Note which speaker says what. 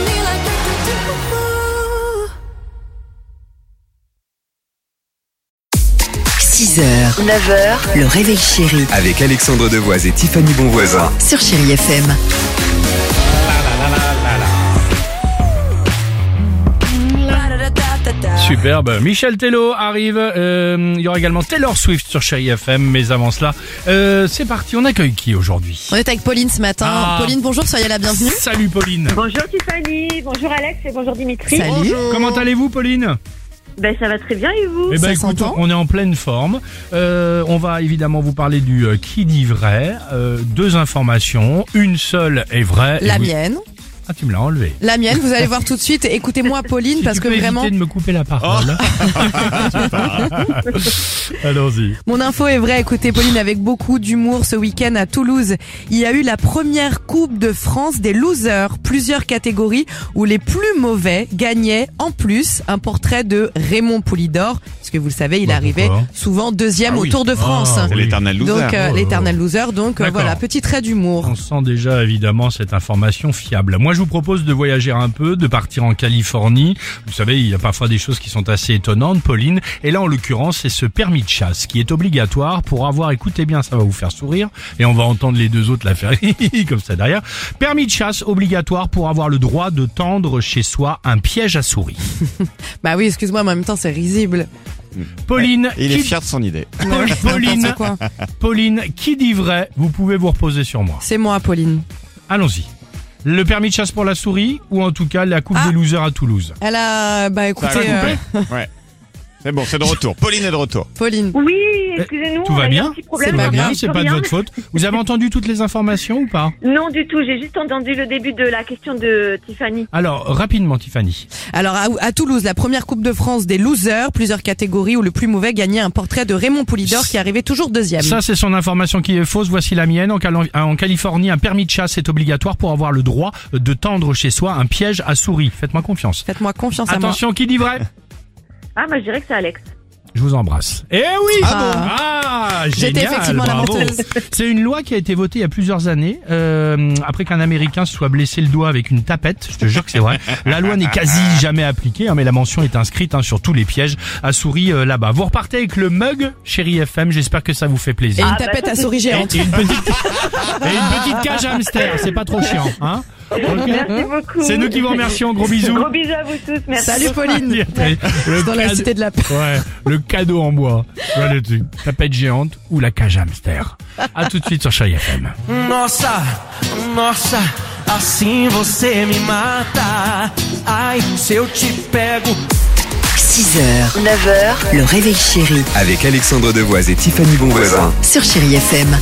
Speaker 1: me like you could do. Ooh.
Speaker 2: 6h, 9h, le réveil chéri
Speaker 3: Avec Alexandre Devoise et Tiffany Bonvoisin.
Speaker 2: sur Chérie FM.
Speaker 4: Superbe. Michel Tello arrive. Euh, il y aura également Taylor Swift sur Chéri FM. Mais avant cela, euh, c'est parti. On accueille qui aujourd'hui
Speaker 5: On est avec Pauline ce matin.
Speaker 4: Ah.
Speaker 5: Pauline, bonjour, soyez la bienvenue.
Speaker 4: Salut Pauline.
Speaker 6: Bonjour Tiffany, bonjour Alex et bonjour Dimitri.
Speaker 5: Salut.
Speaker 4: Comment allez-vous Pauline
Speaker 6: Ben ça va très bien et vous
Speaker 4: Eh ben
Speaker 5: Ça
Speaker 4: écoute,
Speaker 5: s'entend
Speaker 4: on est en pleine forme. Euh, on va évidemment vous parler du euh, qui dit vrai. Euh, deux informations. Une seule est vraie. et
Speaker 5: La
Speaker 4: vous-
Speaker 5: mienne,
Speaker 4: Ah tu me l'as enlevée.
Speaker 5: la mienne, vous allez voir tout de suite. Écoutez-moi Pauline
Speaker 4: Si
Speaker 5: parce
Speaker 4: tu
Speaker 5: que
Speaker 4: peux
Speaker 5: vraiment
Speaker 4: éviter de me couper la parole.
Speaker 5: Oh.
Speaker 4: Allons-y.
Speaker 5: mon info est vraie. Écoutez Pauline avec beaucoup d'humour ce week-end à Toulouse. Il y a eu la première Coupe de France des losers, plusieurs catégories où les plus mauvais gagnaient en plus un portrait de Raymond Poulidor. Parce que vous le savez, il
Speaker 4: Bah,
Speaker 5: arrivait
Speaker 4: pourquoi
Speaker 5: souvent deuxième au Tour de France.
Speaker 4: Ah,
Speaker 7: C'est
Speaker 4: oui.
Speaker 7: l'éternel loser.
Speaker 5: donc euh, l'éternel loser. Donc euh,
Speaker 4: Oh. D'accord. Oh.
Speaker 5: voilà, petit trait d'humour.
Speaker 4: On sent déjà évidemment cette information fiable. Moi, je vous propose de voyager un peu, de partir en Californie. Vous savez, il y a parfois des choses qui sont assez étonnantes, Pauline. Et là, en l'occurrence, c'est ce permis de chasse qui est obligatoire pour avoir, écoutez bien, ça va vous faire sourire, et on va entendre les deux autres la faire comme ça derrière. Permis de chasse obligatoire pour avoir le droit de tendre chez soi un piège à souris.
Speaker 5: Bah oui, excuse-moi, mais en même temps c'est risible.
Speaker 4: Pauline,
Speaker 7: Et il est
Speaker 4: qui-
Speaker 7: fier de son idée.
Speaker 4: Pauline,
Speaker 5: C'est quoi
Speaker 4: Pauline, qui dit vrai Vous pouvez vous reposer sur moi.
Speaker 5: C'est moi Pauline.
Speaker 4: Allons-y. Le permis de chasse pour la souris ou en tout cas la coupe
Speaker 5: Ah.
Speaker 4: des losers à Toulouse.
Speaker 5: Elle a, bah
Speaker 7: Ça a
Speaker 5: écoutez, euh,
Speaker 7: coupé. Ouais. C'est bon, c'est de retour. Pauline est de retour.
Speaker 5: Pauline,
Speaker 6: Oui, excusez-nous.
Speaker 4: Eh, Tout
Speaker 6: on
Speaker 4: va
Speaker 6: Oh, a eu un
Speaker 4: bien
Speaker 6: petit problème,
Speaker 5: pas
Speaker 4: C'est pas
Speaker 6: j'entends
Speaker 4: grave,
Speaker 5: grave,
Speaker 4: c'est
Speaker 6: plus
Speaker 4: pas de
Speaker 6: rien.
Speaker 4: votre faute. Vous avez entendu toutes les informations ou pas
Speaker 6: Non du tout, j'ai juste entendu le début de la question de Tiffany.
Speaker 4: Alors, rapidement Tiffany.
Speaker 5: alors à, à Toulouse, la première Coupe de France des losers, plusieurs catégories où le plus mauvais gagnait un portrait de Raymond Poulidor qui arrivait toujours
Speaker 6: Ah
Speaker 5: deuxième.
Speaker 4: Ça, c'est son information qui est fausse. Voici la mienne. En, Cali- en Californie, un permis de chasse est obligatoire pour avoir le droit de tendre chez soi un piège à souris. Faites-moi confiance.
Speaker 5: Faites-moi confiance à moi.
Speaker 4: Attention, qui dit vrai
Speaker 6: Ah moi je dirais que c'est Alex.
Speaker 4: Je vous embrasse. Eh oui
Speaker 5: Ah bon
Speaker 4: Ah,
Speaker 5: J'étais
Speaker 4: génial,
Speaker 5: effectivement la
Speaker 4: bravo.
Speaker 5: menteuse.
Speaker 4: C'est une loi qui a été votée il y a plusieurs années euh, après qu'un Américain se soit blessé le doigt avec une tapette. Je te jure que c'est vrai. La loi n'est quasi jamais appliquée, hein, mais la mention est inscrite hein, sur tous les pièges à souris euh, là-bas. Vous repartez avec le mug, chérie FM. J'espère que ça vous fait
Speaker 5: Et
Speaker 4: plaisir.
Speaker 5: une
Speaker 6: bah,
Speaker 5: tapette
Speaker 6: ça,
Speaker 5: à souris
Speaker 4: Et,
Speaker 5: géante.
Speaker 4: et une petite, et une petite cage à hamster. C'est pas trop chiant, hein Ok.
Speaker 6: Merci beaucoup.
Speaker 4: C'est nous qui vous remercions. Gros bisous.
Speaker 6: Gros bisous à vous tous, merci.
Speaker 5: Salut Pauline,
Speaker 4: Le
Speaker 5: dans la
Speaker 4: cadeau-
Speaker 5: cité de la paix.
Speaker 4: Ouais, le cadeau en bois. Voilà le truc. Tapette géante ou la cage hamster. À tout de suite sur Chai FM.
Speaker 8: Nossa, nossa, assim você me mata. Ai, se eu te pego.
Speaker 2: 6h, 9h, le réveil chéri
Speaker 3: Avec Alexandre Devoise et Tiffany Bonvoisin.
Speaker 2: sur Chérie FM.